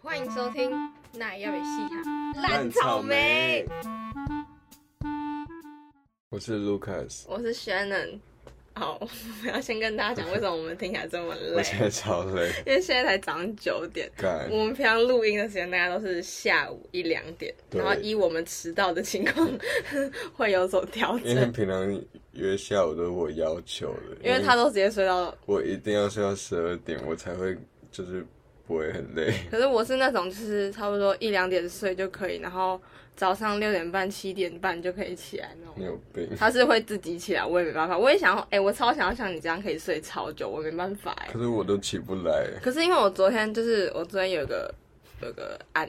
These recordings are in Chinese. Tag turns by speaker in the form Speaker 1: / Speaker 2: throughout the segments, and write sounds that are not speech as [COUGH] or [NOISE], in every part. Speaker 1: 欢迎收听《那要被戏哈》，
Speaker 2: 烂草我是 Lucas，
Speaker 1: 我是 Shannon。好，我们要先跟大家讲为什么我们听起来这么
Speaker 2: 我
Speaker 1: 累，
Speaker 2: 现在超累，
Speaker 1: 因为现在才早上九点。
Speaker 2: 干
Speaker 1: 我们平常录音的时间大概都是下午一两点，
Speaker 2: 对
Speaker 1: 然后依我们迟到的情况会有所调
Speaker 2: 因为
Speaker 1: 整，
Speaker 2: 平常约下午都是我要求的，
Speaker 1: 因为他都直接睡到
Speaker 2: 我一定要睡到十二点，我才会就是不会很累。
Speaker 1: 可是我是那种就是差不多一两点睡就可以，然后早上六点半、七点半就可以起来那种。
Speaker 2: 你有病？
Speaker 1: 他是会自己起来，我也没办法。我也想要，哎、我超想要像你这样可以睡超久，我没办法哎、
Speaker 2: 可是我都起不来，
Speaker 1: 可是因为我昨天就是我昨天有个有个案，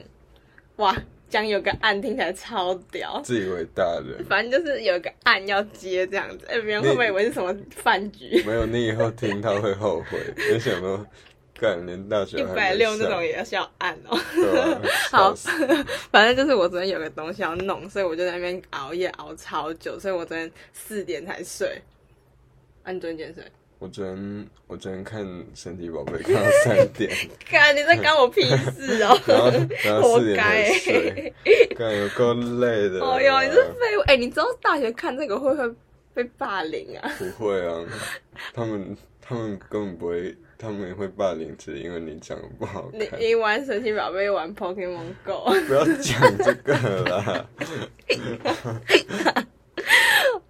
Speaker 1: 哇，讲有个案听起来超屌。
Speaker 2: 自以为大人。
Speaker 1: 反正就是有个案要接这样子，哎、别人会不会以为是什么饭局？
Speaker 2: 没有，你以后听他会后悔。你想说，干连大学
Speaker 1: 一
Speaker 2: 还没
Speaker 1: 百六那
Speaker 2: 上
Speaker 1: 种也要叫案哦、
Speaker 2: 对吧？
Speaker 1: [LAUGHS] 好
Speaker 2: 笑死
Speaker 1: [LAUGHS] 反正就是我昨天有个东西要弄，所以我就在那边熬夜熬超久，所以我昨天四点才睡。啊，你昨天几点睡？
Speaker 2: 我昨天我昨天看《神奇宝贝》看到三点，
Speaker 1: 干，你在干我屁事哦、
Speaker 2: [LAUGHS] 然后然后
Speaker 1: 活
Speaker 2: 四点才
Speaker 1: 该
Speaker 2: 睡，干有够累的啦。
Speaker 1: [LAUGHS] 哦哟，你是废物！哎、你知道大学看这个会不会被霸凌啊？
Speaker 2: 不会啊，他们他们根本不会，他们会霸凌，只是因为你长得不好 [LAUGHS]
Speaker 1: 你
Speaker 2: 看。
Speaker 1: 你玩神奇宝贝，玩 Pokemon Go。 [LAUGHS]
Speaker 2: 不要讲这个啦，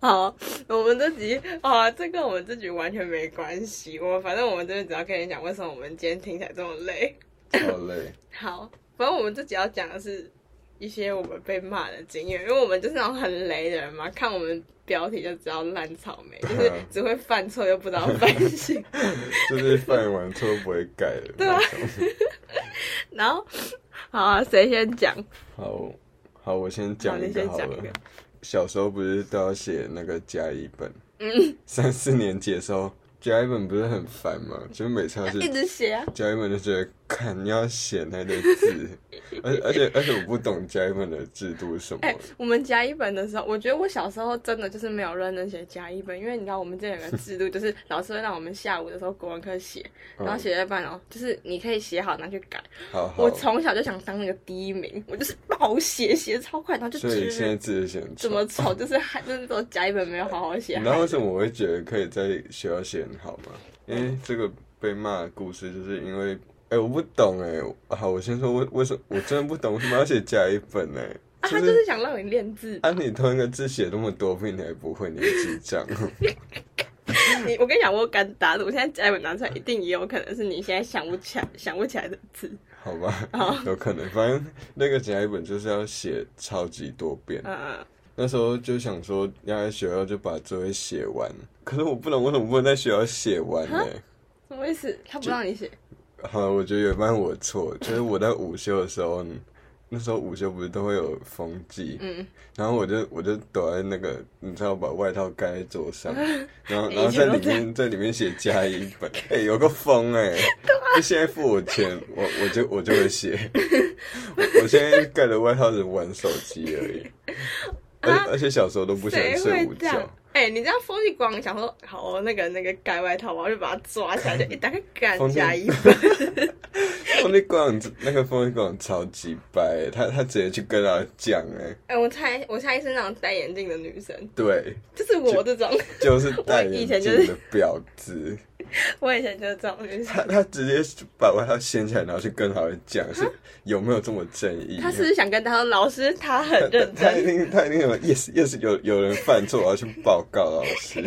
Speaker 1: 好，我们这集啊，这跟我们这集完全没关系。我反正我们这边只要跟你讲为什么我们今天听起来这么累。 [LAUGHS]
Speaker 2: 好累。
Speaker 1: 好，反正我们这集要讲的是一些我们被骂的经验，因为我们就是那种很雷的人嘛，看我们标题就知道烂草莓，
Speaker 2: [LAUGHS]
Speaker 1: 就是只会犯错又不知道反省。
Speaker 2: 就是犯完错不会改的那
Speaker 1: 啊
Speaker 2: 种。
Speaker 1: [LAUGHS] 然后，好啊，谁先讲？
Speaker 2: 好好，我先
Speaker 1: 好
Speaker 2: 讲
Speaker 1: 你
Speaker 2: 一个
Speaker 1: 先
Speaker 2: 好
Speaker 1: 讲
Speaker 2: 了
Speaker 1: 一个。
Speaker 2: 小时候不是都要写那个甲乙本？
Speaker 1: 嗯，
Speaker 2: 三四年级的时候，甲乙本不是很烦吗？就是每次要是
Speaker 1: 一直写啊。
Speaker 2: 甲乙本就觉得，看你要写那堆字，而且而且而且我不懂甲乙本的制度是什么
Speaker 1: 哎、。我们甲一本的时候，我觉得我小时候真的就是没有认真写甲一本，因为你知道我们这有个制度，就是老师会让我们下午的时候国文课写，然后
Speaker 2: 嗯
Speaker 1: 写到一半哦，就是你可以写好拿去改。
Speaker 2: 好好
Speaker 1: 我，从小就想当那个第一名，我就是暴写，写得超快，然后就
Speaker 2: 所以现在
Speaker 1: 直
Speaker 2: 字写很
Speaker 1: 怎
Speaker 2: 丑。
Speaker 1: 么丑，就是还就是说甲乙本没有好好写啊
Speaker 2: 你知。道为什么我会觉得可以在学校写很好吗？因为这个被骂的故事，就是因为，哎、我不懂哎、好，我先说为为什么我真的不懂为什么要写甲乙本
Speaker 1: [LAUGHS]
Speaker 2: 哎、
Speaker 1: 啊，
Speaker 2: 就
Speaker 1: 他就是想让你练字。
Speaker 2: 啊，你同一个字写那么多遍，你还不会，你是智
Speaker 1: [LAUGHS]
Speaker 2: 障。
Speaker 1: 哦你我跟你讲，我敢打赌，我现在甲乙本拿出来，一定也有可能是你现在想不起来、想不起来的字。
Speaker 2: 好吧，有可能。反正那个甲乙本就是要写超级多遍。
Speaker 1: 嗯嗯，
Speaker 2: 那时候就想说，要在学校就把作业写完。可是我不懂为什么不能在学校写完欸呢、
Speaker 1: 什么意思？他不让你写，
Speaker 2: 好，我觉得有一半我错，就是我在午休的时候，嗯那时候午休不是都会有风季，
Speaker 1: 嗯，
Speaker 2: 然后我就我就躲在那个，你知道，把外套盖在
Speaker 1: [LAUGHS]
Speaker 2: 桌上，然后
Speaker 1: 以
Speaker 2: 然后在
Speaker 1: 前都
Speaker 2: 里
Speaker 1: 这样
Speaker 2: 面在里面写加一本，哎、有个
Speaker 1: [LAUGHS]
Speaker 2: 风哎、
Speaker 1: 啊
Speaker 2: 就现在付我钱，我我就我就会写，我我现在盖着外套只玩手机而已，
Speaker 1: [LAUGHS]
Speaker 2: 而
Speaker 1: 啊
Speaker 2: 而且小时候都不喜欢
Speaker 1: 谁
Speaker 2: 睡
Speaker 1: 会
Speaker 2: 午
Speaker 1: 这
Speaker 2: 觉，
Speaker 1: 样？哎、你这样风一光，想说好、哦、那个那个盖外套吧，我就把它抓起来，就一打开干
Speaker 2: 风筝
Speaker 1: 甲乙
Speaker 2: [LAUGHS]
Speaker 1: 本。
Speaker 2: 风力广那个风力广超级白、他他直接去跟他讲哎、
Speaker 1: 哎、我猜我猜是那种戴眼镜的女生，
Speaker 2: 对。
Speaker 1: 就是我这
Speaker 2: [LAUGHS]
Speaker 1: 种，
Speaker 2: 就是
Speaker 1: [LAUGHS]
Speaker 2: 戴
Speaker 1: 我以
Speaker 2: 眼
Speaker 1: 前
Speaker 2: 镜
Speaker 1: 就是
Speaker 2: 的婊
Speaker 1: [LAUGHS]
Speaker 2: 子，
Speaker 1: 我以前就是这种女生。
Speaker 2: 他他直接把外套掀起来，然后去跟他们讲是有没有这么正义。啊
Speaker 1: 她是不是想跟她说老师她很认
Speaker 2: 他一
Speaker 1: 真？
Speaker 2: 定他一定有 yes yes 有有人犯错，我要去报告老
Speaker 1: [LAUGHS]
Speaker 2: 师，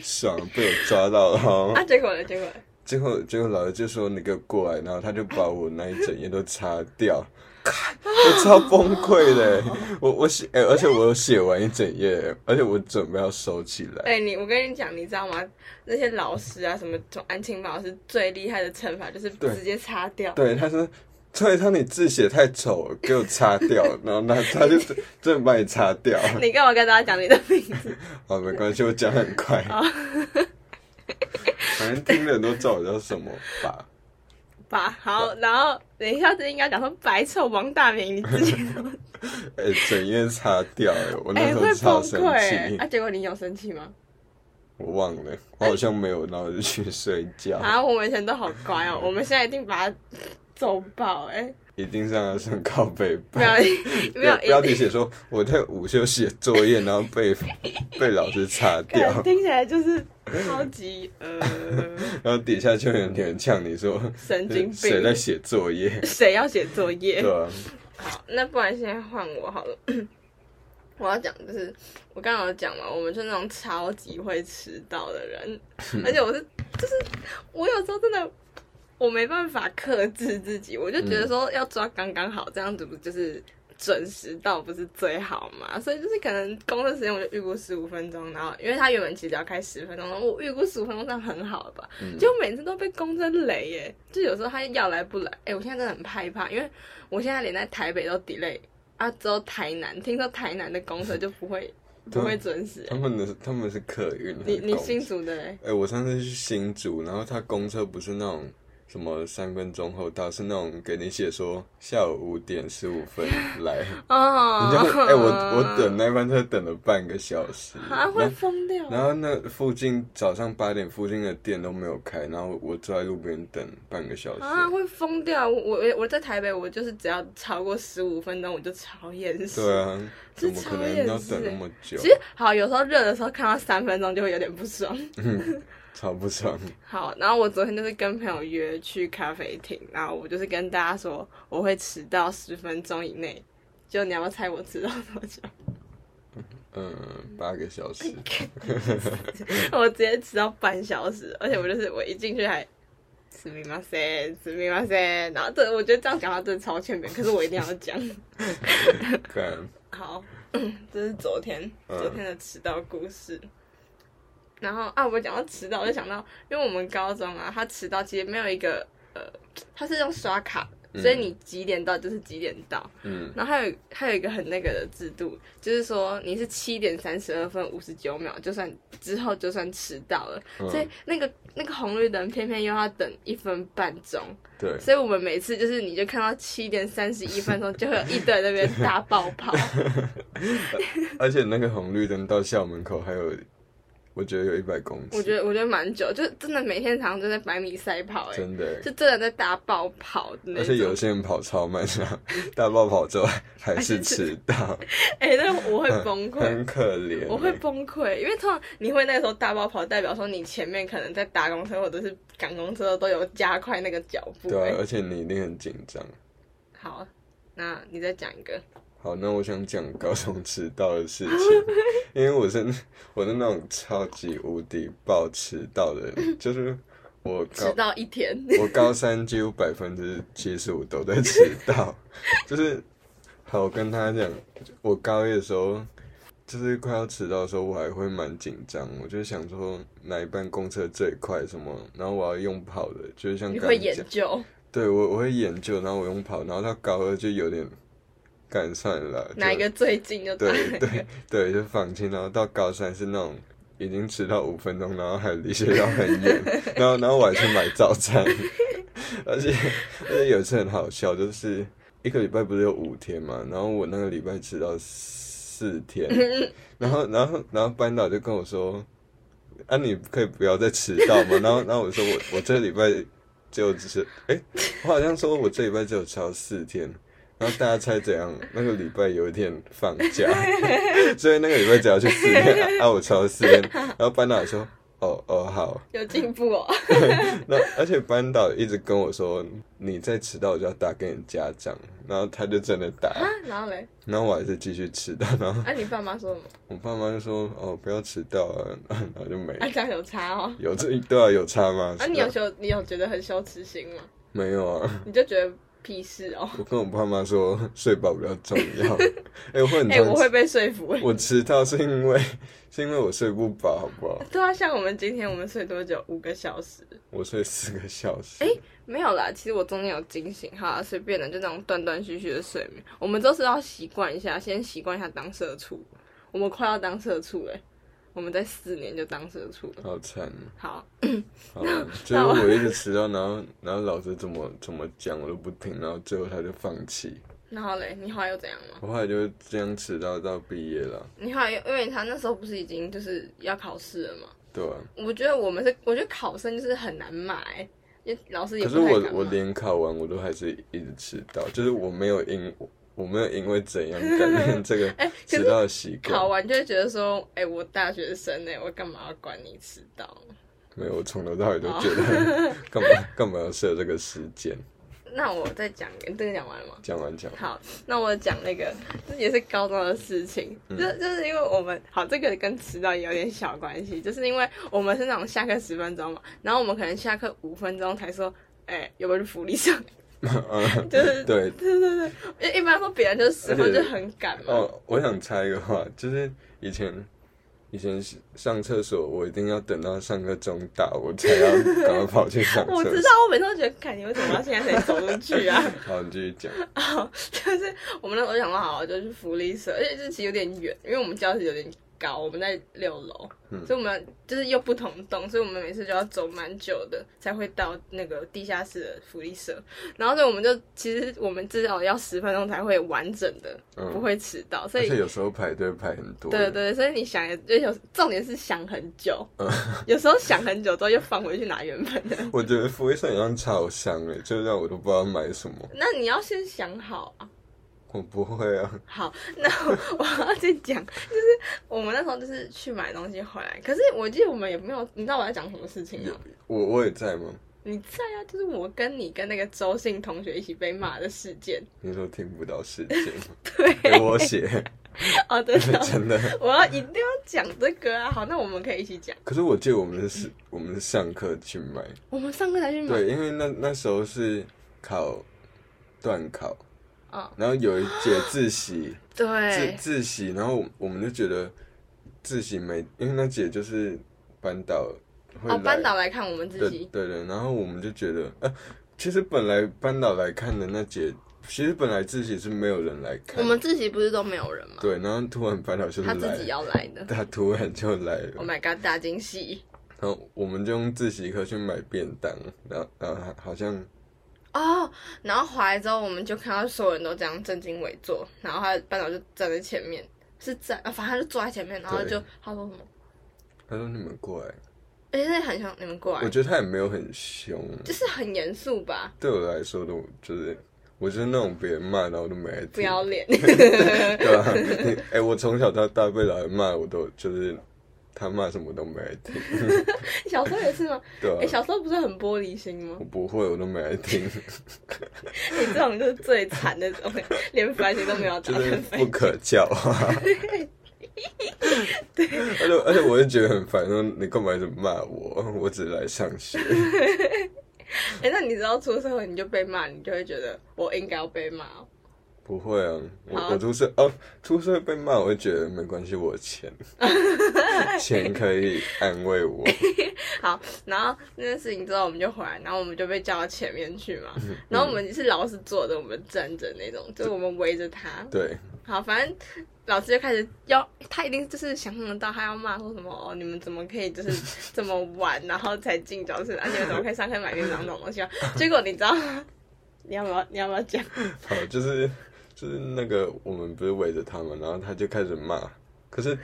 Speaker 2: 爽被我抓到了哦。
Speaker 1: 啊，结果呢？结果呢
Speaker 2: 结果结果老师就说你给我过来，然后他就把我那一整页都擦掉。看我超崩溃的，欸我我写、哎而且我有写完一整页，而且我准备要收起来。
Speaker 1: 哎、你我跟你讲，你知道吗？那些老师啊，什么从安庆老师最厉害的惩罚就是
Speaker 2: 对
Speaker 1: 直接擦掉。
Speaker 2: 对，他说：“所以他你字写太丑了，给我擦掉。”然后那他就真真的把你擦
Speaker 1: [LAUGHS]
Speaker 2: 掉。 [LAUGHS]
Speaker 1: 你干嘛跟大家讲你的名字？ [LAUGHS]
Speaker 2: 好，没关系，我讲很快。
Speaker 1: 哦
Speaker 2: 反正听的人都知道我叫什么吧。
Speaker 1: 吧，好，然后你下次应该讲说白臭王大明，你自己怎么
Speaker 2: 哎、 [LAUGHS] 整页擦掉、哎我那
Speaker 1: 哎、
Speaker 2: 时
Speaker 1: 会
Speaker 2: 候
Speaker 1: 崩
Speaker 2: 超生
Speaker 1: 溃、
Speaker 2: 气。
Speaker 1: 啊！结果你有生气吗？
Speaker 2: 我忘了，我好像没有，然后我就去睡觉，
Speaker 1: 啊，我们以前都好乖哦，我们现在一定把它揍爆
Speaker 2: [LAUGHS]
Speaker 1: 哎、
Speaker 2: 一定让他上靠背
Speaker 1: 没有
Speaker 2: 班。 [LAUGHS]
Speaker 1: 没有，
Speaker 2: 标题写说我在午休写作业，然后被被老师擦掉，
Speaker 1: [LAUGHS] 看听起来就是超级
Speaker 2: [LAUGHS]
Speaker 1: 呃
Speaker 2: 然后底下就有人呛你说
Speaker 1: 神经
Speaker 2: 谁在
Speaker 1: 病，
Speaker 2: 写作业？
Speaker 1: 谁要写作业
Speaker 2: 对？
Speaker 1: [LAUGHS]
Speaker 2: 啊，
Speaker 1: 好，那不然现在换我好了。 [COUGHS] 我要讲就是，我刚刚有讲嘛，我们是那种超级会迟到的人，而且我是就是我有时候真的我没办法克制自己，我就觉得说要抓刚刚好，这样子不就是准时到不是最好嘛？所以就是可能工作时间我就预估十五分钟，然后因为他原本其实要开十分钟，我预估十五分钟这样很好了吧？
Speaker 2: 嗯
Speaker 1: 就每次都被公真雷耶，就有时候他要来不来，哎、我现在真的很害怕，因为我现在连在台北都 delay 啊，只有台南，听说台南的公车就不
Speaker 2: [LAUGHS]
Speaker 1: 会不会准时耶。
Speaker 2: 他们的他们是客运，
Speaker 1: 你你
Speaker 2: 还是公
Speaker 1: 新竹的嘞？
Speaker 2: 哎、我上次去新竹，然后他公车不是那种什么三分钟后到，是那种给你写说下午五点十
Speaker 1: [LAUGHS]
Speaker 2: 五分来。
Speaker 1: 哦
Speaker 2: 你知道吗，哎、我我等那班车等了半个小时，
Speaker 1: [LAUGHS] 啊会
Speaker 2: 然后
Speaker 1: 疯掉。
Speaker 2: 然后那附近早上八点附近的店都没有开，然后我坐在路边等半个小时。
Speaker 1: 啊，会疯掉！我我我在台北，我就是只要超过十五分钟，我就超厌世。
Speaker 2: 对啊，
Speaker 1: 这
Speaker 2: 怎么可
Speaker 1: 超厌
Speaker 2: 能要
Speaker 1: 世
Speaker 2: 等那
Speaker 1: 欸
Speaker 2: 么久
Speaker 1: 其？实好，有时候热的时候看到三分钟就会有点不爽。 [LAUGHS]
Speaker 2: 嗯超不爽。
Speaker 1: 好，然后我昨天就是跟朋友约去咖啡厅，然后我就是跟大家说我会迟到十分钟以内，就你要不要猜我迟到多
Speaker 2: [LAUGHS]
Speaker 1: 久？
Speaker 2: 嗯，八个小
Speaker 1: [LAUGHS]
Speaker 2: 时。 [LAUGHS] 嗯
Speaker 1: 我直接迟到半小时，而且我就是我一进去还。すみません，すみません。然后对，我觉得这样讲话真的超欠扁，可是我一定要
Speaker 2: [LAUGHS]
Speaker 1: 讲。
Speaker 2: 看，
Speaker 1: 好，这是昨天
Speaker 2: 嗯
Speaker 1: 昨天的迟到故事。然后啊，我讲到迟到，我就想到，因为我们高中啊，他迟到其实没有一个呃，他是用刷卡的，
Speaker 2: 嗯
Speaker 1: 所以你几点到就是几点到。
Speaker 2: 嗯
Speaker 1: 然后还有还有一个很那个的制度，就是说你是七点三十二分五十九秒，就算之后就算迟到了，所以
Speaker 2: 嗯，
Speaker 1: 那个那个红绿灯偏偏又要等一分半钟，
Speaker 2: 对，
Speaker 1: 所以我们每次就是你就看到七点三十一分钟，就会有一堆人在那边大爆
Speaker 2: [LAUGHS]
Speaker 1: 跑。
Speaker 2: 而且那个红绿灯到校门口还有，我觉得有一百公尺，
Speaker 1: 我觉得我觉得蛮久，就真的每天常常就在百米赛跑、欸，
Speaker 2: 真的欸。
Speaker 1: 就真的在大爆跑的那
Speaker 2: 而且有
Speaker 1: [LAUGHS] 种。
Speaker 2: 些人跑超慢，然后 [LAUGHS] 大爆跑之后还是迟到，
Speaker 1: 哎、那我会崩溃，[LAUGHS]
Speaker 2: [LAUGHS] 很可怜欸。
Speaker 1: 我会崩溃，因为通常你会那时候大爆跑，代表说你前面可能在搭公车或者是赶公车都有加快那个脚步、
Speaker 2: 对啊，
Speaker 1: 欸
Speaker 2: 而且你一定很紧张。
Speaker 1: 好，啊那你再讲一个，
Speaker 2: 好，那我想讲高中迟到的
Speaker 1: [LAUGHS]
Speaker 2: 事情，因为我是 [LAUGHS] 我是那种超级无敌爆迟到的人，就是我
Speaker 1: 迟
Speaker 2: 高
Speaker 1: 到一天，
Speaker 2: 我高三几乎百分之七十五都在迟到， [LAUGHS] 就是好，我跟他讲，我高一的时候，就是快要迟到的时候，我还会蛮紧张，我就想说哪一班公车最快什么，然后我要用跑的，就是像
Speaker 1: 你
Speaker 2: 刚
Speaker 1: 会
Speaker 2: 刚讲
Speaker 1: 研，
Speaker 2: [LAUGHS]
Speaker 1: 究
Speaker 2: 对我我会研究，然后我用跑，然后到高二就有点干算了，就
Speaker 1: 哪一个最近就打
Speaker 2: 对
Speaker 1: [LAUGHS] 哪个。
Speaker 2: 对对，就放弃。然后到高三是那种已经迟到五分钟，然后还离学校很远，然后然后我还去买早餐， [LAUGHS] 而且而且有一次很好笑，就是一个礼拜不是有五天嘛，然后我那个礼拜迟到四天，然后然后然后班导就跟我说。啊，你可以不要再迟到吗？然后，然后我说我我这礼拜就只是，哎、我好像说我这礼拜只有超四天，然后大家猜怎样？那个礼拜有一天放假， [LAUGHS] 所以那个礼拜只要去四天，啊，我超四天。然后班导说：“哦哦，好。
Speaker 1: 有进步
Speaker 2: [LAUGHS]
Speaker 1: 哦，”
Speaker 2: 那而且班导一直跟我说：“你再迟到，我就要打给你家长。”然后他就真的打，
Speaker 1: 啊，然后嘞，
Speaker 2: 然后我还是继续迟到。然后
Speaker 1: 啊，你爸妈说什么？
Speaker 2: 我爸妈就说：“哦，不要迟到啊。” [LAUGHS] 然后就没
Speaker 1: 啊，这样有差哦。
Speaker 2: 有这对啊，有差吗？
Speaker 1: 啊，你有羞，你有觉得很羞耻心吗？
Speaker 2: 没有啊？
Speaker 1: 你就觉得屁事哦。
Speaker 2: 我跟我爸妈说睡饱比较重要。哎、我会很
Speaker 1: 哎、
Speaker 2: 常
Speaker 1: 我会被说服哎。
Speaker 2: [LAUGHS] 我迟到是因为是因为我睡不饱，好不好？
Speaker 1: 对啊，像我们今天我们睡多久？五个小时？
Speaker 2: 我睡四个小时。
Speaker 1: 哎没有啦，其实我中间有惊醒，哈，随便的，就那种断断续续的睡眠。我们都是要习惯一下，先习惯一下当社畜。我们快要当社畜了，我们在四年就当社畜了。
Speaker 2: 好惨哦，
Speaker 1: 好， [CLEARS THROAT]
Speaker 2: 好吧，就是我一直迟到，然后然后老师怎么怎么讲我都不听，然后最后他就放弃。
Speaker 1: 然后嘞，你后来又怎样吗？
Speaker 2: 我后来就这样迟到到毕业了。
Speaker 1: 你后来又因为他那时候不是已经就是要考试了嘛，
Speaker 2: 对啊。
Speaker 1: 我觉得我们是，我觉得考生就是很难买、因为老师也
Speaker 2: 可
Speaker 1: 不
Speaker 2: 是
Speaker 1: 太
Speaker 2: 我
Speaker 1: 敢
Speaker 2: 我
Speaker 1: 骂
Speaker 2: 连考完我都还是一直迟到，就是我没有因我没有因为怎样改变这个
Speaker 1: 哎、可
Speaker 2: 迟
Speaker 1: 是
Speaker 2: 到的习
Speaker 1: 考
Speaker 2: 惯，
Speaker 1: 完就会觉得说，哎、我大学生呢、我干嘛要管你迟到？
Speaker 2: 没有，我从头到尾都
Speaker 1: 哦
Speaker 2: 觉得
Speaker 1: [LAUGHS]
Speaker 2: 干嘛干嘛要设这个时间？
Speaker 1: 那我再讲，这个讲完了吗？
Speaker 2: 讲完讲完，
Speaker 1: 好，那我讲那个，这也是高中的事情，
Speaker 2: 嗯
Speaker 1: 就就是因为我们好，这个跟迟到也有点小关系，就是因为我们是那种下课十分钟嘛，然后我们可能下课五分钟才说，哎、有没有去福利社？
Speaker 2: 嗯，
Speaker 1: [LAUGHS] 就是
Speaker 2: [LAUGHS] 对，
Speaker 1: 对对对，一一般说别人就是十分
Speaker 2: 而
Speaker 1: 就
Speaker 2: 且
Speaker 1: 很赶嘛，
Speaker 2: 哦，我想插一个话，就是以前以前上厕所，我一定要等到上课钟打，我才要赶快跑去上厕所。
Speaker 1: 我
Speaker 2: [LAUGHS]
Speaker 1: 知道，我每次都觉得，看你为什么要现在才走出去啊？
Speaker 2: 好，你继续讲。
Speaker 1: [LAUGHS] 就是我们那时候想说，好，就是福利社，而且这其实有点远，因为我们教室有点高，我们在六楼，
Speaker 2: 嗯
Speaker 1: 所以我们就是又不同栋，所以我们每次就要走蛮久的才会到那个地下室的福利社。然后所以我们就其实我们至少要十分钟才会完整的，
Speaker 2: 嗯
Speaker 1: 不会迟到，所
Speaker 2: 而
Speaker 1: 以
Speaker 2: 且有时候排队排很多。
Speaker 1: 对对。对，所以你想也，就有重点是想很久，
Speaker 2: 嗯
Speaker 1: 有时候想很久之后又放回去拿原本的。
Speaker 2: 我觉得福利社很像超香诶，就让我都不知道买什么。
Speaker 1: 那你要先想好啊。
Speaker 2: 我不会啊，
Speaker 1: 好， [LAUGHS] 那我我要再讲，就是我们那时候就是去买东西回来，可是我记得我们也没有，你知道我在讲什么事情吗？
Speaker 2: 我我也在吗？
Speaker 1: 你在啊，就是我跟你跟那个周姓同学一起被骂的事件。
Speaker 2: 你说听不到事情， [LAUGHS] 对，我 [LAUGHS] 写
Speaker 1: 哦，对对，
Speaker 2: 真的。
Speaker 1: 我要一定要讲这个啊！好，那我们可以一起讲。
Speaker 2: 可是我记得我们是我们是上课去买，
Speaker 1: 我们上课才去买，
Speaker 2: 对，因为那那时候是考段考，
Speaker 1: 哦，
Speaker 2: 然后有一节自习，
Speaker 1: 对，
Speaker 2: 自
Speaker 1: 哦
Speaker 2: 自习，然后我们就觉得自习没，因为那姐就是班导会来，
Speaker 1: 哦，班导来看我们自
Speaker 2: 对
Speaker 1: 己，
Speaker 2: 对对，然后我们就觉得，呃，其实本来班导来看的那姐，其实本来自习是没有人来看，
Speaker 1: 我们自习不是都没有人吗？
Speaker 2: 对，然后突然班导就
Speaker 1: 他
Speaker 2: 来
Speaker 1: 自己
Speaker 2: 了，
Speaker 1: 要来的。
Speaker 2: 他突然就来了
Speaker 1: Oh，my god，大惊喜！
Speaker 2: 然后我们就用自习课去买便当，然后然后好像
Speaker 1: 哦，然后回来之后，我们就看到所有人都这样正襟危坐，然后他的班长就站在前面，是站，啊反正他就坐在前面，然后
Speaker 2: 对
Speaker 1: 就他说什么，
Speaker 2: 他说你们过来，
Speaker 1: 而且那很像你们过
Speaker 2: 我
Speaker 1: 来，
Speaker 2: 觉得他也没有很凶，
Speaker 1: 就是很严肃吧，
Speaker 2: 对我来说都就是。我就是那种别人骂，然后我都没来听。
Speaker 1: 不要脸。 [LAUGHS]
Speaker 2: 对啊，你 [LAUGHS] 哎、我从小到大被老人骂，我都就是他骂什么都没来听，
Speaker 1: 小时候也是吗？
Speaker 2: 对
Speaker 1: 哎、
Speaker 2: 啊，
Speaker 1: 小时候不是很玻璃心吗 [LAUGHS]
Speaker 2: 我？不会，我都没来听，
Speaker 1: 你这种就是最惨那种，连反省都没有打
Speaker 2: 就
Speaker 1: 算
Speaker 2: 是
Speaker 1: 反
Speaker 2: 不
Speaker 1: 省。
Speaker 2: 可
Speaker 1: [LAUGHS]
Speaker 2: 教啊。而且而且我就觉得很烦，说你干嘛一直骂我？我只是来上学。 [LAUGHS]
Speaker 1: 哎、那你知道出社会你就被骂，你就会觉得我应该要被骂哦、
Speaker 2: 不会啊，
Speaker 1: 好
Speaker 2: 我我出社哦，出社会被骂，我就觉得没关系，我
Speaker 1: [LAUGHS]
Speaker 2: 有钱，钱可以安慰我。
Speaker 1: [LAUGHS] 好，然后那件事情之后我们就回来，然后我们就被叫到前面去嘛。
Speaker 2: 嗯
Speaker 1: 然后我们是老师坐着，我们站着那种，就是我们围着他。
Speaker 2: 对，
Speaker 1: 好，反正老师就开始要，他一定就是想象得到，他要骂说什么哦，你们怎么可以就是
Speaker 2: [LAUGHS]
Speaker 1: 这么晚，然后才进教室，啊，你们怎么可以上课买便当这种东西
Speaker 2: [LAUGHS]
Speaker 1: 啊？结果你知道吗？你要不要？你要不要讲？ [LAUGHS]
Speaker 2: [LAUGHS] 好，就是就是那个我们不是围着他们，然后他就开始骂，可是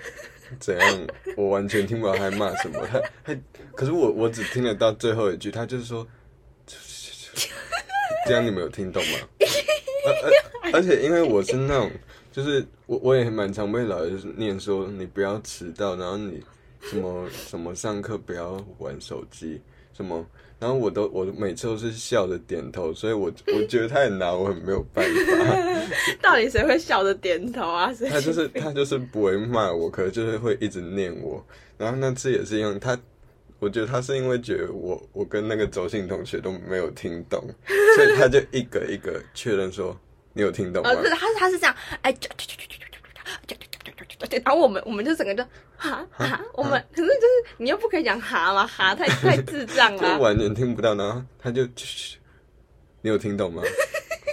Speaker 2: 怎样，我完全听不到他在骂什么，他他，可是我我只听得到最后一句，他就是说， [LAUGHS] 这样你们有听懂吗？ [LAUGHS] 而而而且因为我是那种，就是我我也蛮常被老师念说你不要迟到，然后你什么什么上课不要玩手机什么，然后我都我每次都是笑着点头，所以我我觉得他也拿我很没有办法，
Speaker 1: 到底谁会笑着点头啊？谁 [LAUGHS]
Speaker 2: 他就是他就是不会骂我，可是就是会一直念我，然后那次也是因为他。我觉得他是因为觉得我我跟那个周信同学都没有听懂，所以他就一个一个确认说你有听懂吗？
Speaker 1: 呃，不是，他是他是这样，哎，就就就就就就就就就就，然后我们我们就整个就哈哈，我们可是就是你又不可以讲哈嘛，哈
Speaker 2: [LAUGHS]
Speaker 1: 太太智障
Speaker 2: 就
Speaker 1: 了。
Speaker 2: 完全听不到，然后他就，嘘你有听懂吗？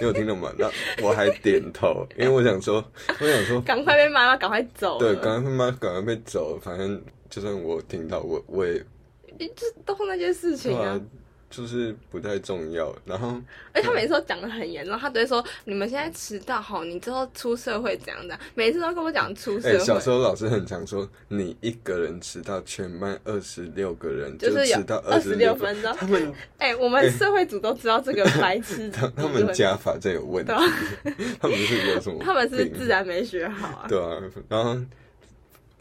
Speaker 2: 你有听懂吗？那我还点头，因为我想说，我想说，
Speaker 1: 赶快被妈妈赶快走
Speaker 2: 对，
Speaker 1: 了，
Speaker 2: 赶快妈赶快被走，反正就算我听到，我我也
Speaker 1: 就是都那些事情
Speaker 2: 对啊啊
Speaker 1: 啊。，
Speaker 2: 就是不太重要。然后
Speaker 1: 而且他每次都讲的很严重，他都会说你们现在迟到好，你之后出社会怎样怎样，每次都跟我讲出社
Speaker 2: 哎、
Speaker 1: 会。
Speaker 2: 小时候老师很常说，你一个人迟到，全班二十六个人
Speaker 1: 就是有
Speaker 2: 迟到十
Speaker 1: 26
Speaker 2: 分
Speaker 1: 分钟 [LAUGHS]
Speaker 2: 他们
Speaker 1: 哎、我们社会组都知道这个白痴
Speaker 2: [LAUGHS] 他他们加法真有问题
Speaker 1: 对，啊
Speaker 2: 他们是有什么病？
Speaker 1: [LAUGHS] 他们是自然没学好啊。
Speaker 2: 对啊，然后。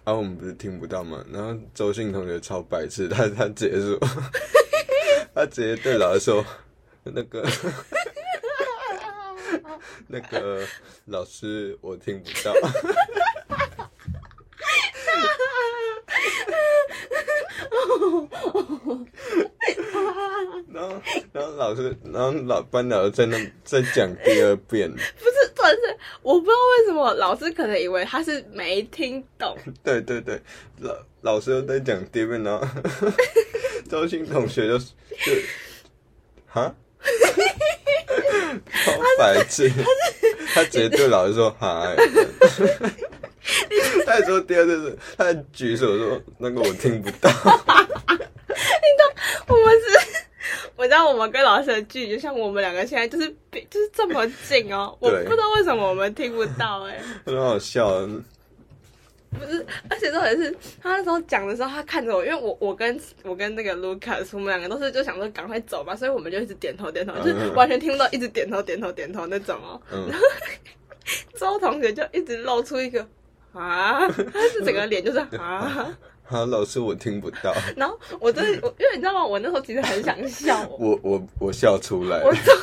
Speaker 2: 啊，我们不是听不到吗？然后周信同学超白痴，他他直接说， [LAUGHS] 他直接对老师说，那个那个老师我听不到，然后然后老师，然后老班导在那在讲第二遍，
Speaker 1: 不是，重点是我不知道为什么老师可能以为他是没听懂，
Speaker 2: 对对对，老老师又在讲第二遍，然后 [LAUGHS] 周星同学就就哈，超白痴，他直接对老师说哈、欸， [LAUGHS] 他还说第二次是，他还举手说那个我听不到， [LAUGHS]
Speaker 1: 我们是。 [LAUGHS] 我知道我们跟老师的距离，就像我们两个现在就是比就是这么近哦，我
Speaker 2: 对
Speaker 1: 不知道为什么我们听不到哎、
Speaker 2: 很好笑啊，
Speaker 1: 不是，而且重点是他那时候讲的时候，他看着我，因为我我跟我跟那个 Lucas，我们两个都是就想说赶快走吧，所以我们就一直点头点头，
Speaker 2: 嗯
Speaker 1: 就是完全听不到，一直点头点头点头那种哦。
Speaker 2: 嗯，
Speaker 1: 周同学就一直露出一个啊，他是整个脸就是啊， [LAUGHS]
Speaker 2: 好、老师我听不到，
Speaker 1: 然后我真的，我因为你知道吗？我那时候其实很想笑，我
Speaker 2: 我我我笑出来
Speaker 1: 我，从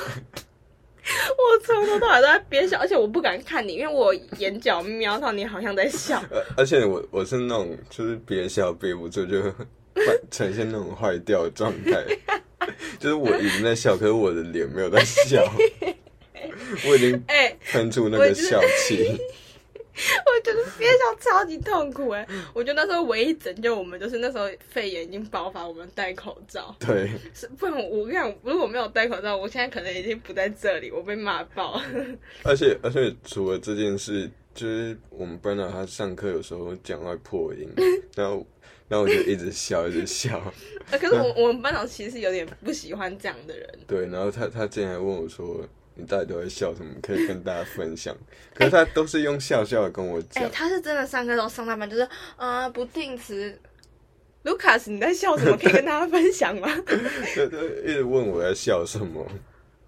Speaker 1: 我从头到尾都在憋笑，而且我不敢看你，因为我眼角瞄到你好像在笑。
Speaker 2: 而而且我我是那种就是憋笑憋不住就坏呈现那种坏掉的状态， [LAUGHS] 就是我已经在笑，可是我的脸没有在笑，我已经
Speaker 1: 哎、
Speaker 2: 喷出那
Speaker 1: 我
Speaker 2: 个
Speaker 1: 就是
Speaker 2: 笑气。
Speaker 1: 我觉得憋笑超级痛苦哎、我觉得那时候唯一拯救我们就是那时候肺炎已经爆发，我们戴口罩。
Speaker 2: [LAUGHS] 对，
Speaker 1: 是不然我跟你讲，如果没有戴口罩，我现在可能已经不在这里，我被骂爆。 [LAUGHS]
Speaker 2: 而且而且除了这件事，就是我们班长他上课有时候讲话破音，然后然后我就一直笑一直笑，
Speaker 1: 呃可是我我们班长其实有点不喜欢这样的人，
Speaker 2: 对，然后他他之前还问我说。你到底都在笑什么？可以跟大家分享。可是他都是用笑笑的跟我
Speaker 1: 哎、
Speaker 2: 讲，
Speaker 1: 他是真的上课都上到班，就是啊、呃不定时。Lucas，你在笑什么？可以跟大家分享
Speaker 2: [LAUGHS]
Speaker 1: 吗？
Speaker 2: 就就一直问我在笑什么。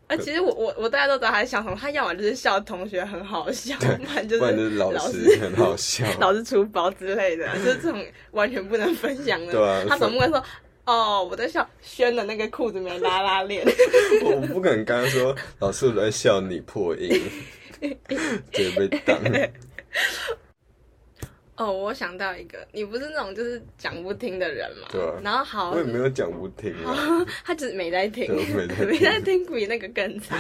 Speaker 1: 啊，其实我我我大家都知道他在笑什么，他要么就是笑同学很好笑，不然就是
Speaker 2: 不然就是老师很好笑。
Speaker 1: [LAUGHS] 老是出包之类的，就是这种完全不能分享的。
Speaker 2: 对啊
Speaker 1: 他总不能说。哦，我在笑轩的那个裤子没拉拉链， [LAUGHS]
Speaker 2: 我不敢跟他说，老师我在笑你
Speaker 1: [LAUGHS]
Speaker 2: 破音，直接被当。
Speaker 1: 哦，我想到一个，你不是那种就是讲不听的人嘛？
Speaker 2: 对啊
Speaker 1: 然后好，
Speaker 2: 我也没有讲不听啊，
Speaker 1: [LAUGHS] 他就是没在听，
Speaker 2: 对没
Speaker 1: [LAUGHS]
Speaker 2: 在听
Speaker 1: 在听，比那个更
Speaker 2: [LAUGHS]
Speaker 1: 惨。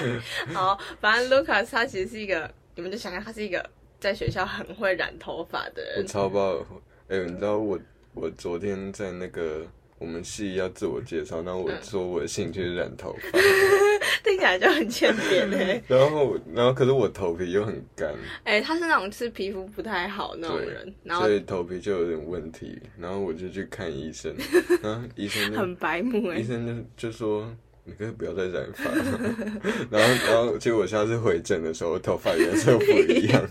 Speaker 1: 好，反正 Lucas 他其实是一个，你们就想象他是一个在学校很会染头发的
Speaker 2: 我
Speaker 1: 人。
Speaker 2: 超爆。哎、你知道我我昨天在那个我们系要自我介绍，然后我
Speaker 1: 嗯
Speaker 2: 说我的兴趣是染头发，
Speaker 1: 听起来就很欠扁哎、
Speaker 2: [LAUGHS]
Speaker 1: 欸。
Speaker 2: 然后然后可是我头皮又很干，
Speaker 1: 哎、他是那种是皮肤不太好那种人
Speaker 2: 对，，
Speaker 1: 然后
Speaker 2: 所以头皮就有点问题，然后我就去看
Speaker 1: [LAUGHS]
Speaker 2: 医生，然后医生就
Speaker 1: 很白目哎、
Speaker 2: 医生就就说。你可以不要再染发 [LAUGHS] 了，然后然后结果我下次回诊的时候，头发颜色不一
Speaker 1: [LAUGHS]
Speaker 2: 样，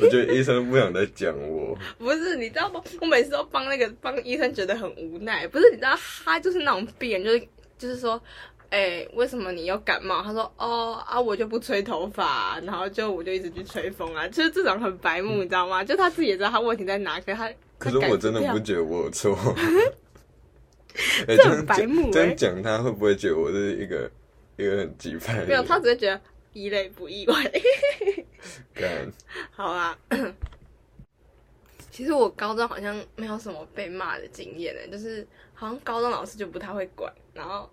Speaker 2: 我觉得医生不想再讲我，
Speaker 1: 不是，你知道吗？我每次都帮那个帮医生觉得很无奈。不是，你知道他就是那种病人，就是就是说，哎、为什么你又感冒？他说，哦啊，我就不吹头发啊、然后就我就一直去吹风啊， [LAUGHS] 就是这种很白目，你知道吗？就他自己也知道他问题在哪，可是他
Speaker 2: 可是我真的
Speaker 1: 他改
Speaker 2: 不
Speaker 1: 掉
Speaker 2: 觉得我有错。
Speaker 1: [LAUGHS] 这
Speaker 2: 哎、这
Speaker 1: 很
Speaker 2: 样
Speaker 1: 白目
Speaker 2: 讲，
Speaker 1: 欸
Speaker 2: 这样讲他会不会觉得我是一个一个很急派的
Speaker 1: [LAUGHS]
Speaker 2: 人？
Speaker 1: 没有，他只会觉得异类不意外。
Speaker 2: 干
Speaker 1: 好啊。 [COUGHS] 其实我高中好像没有什么被骂的经验呢，欸就是好像高中老师就不太会管。然后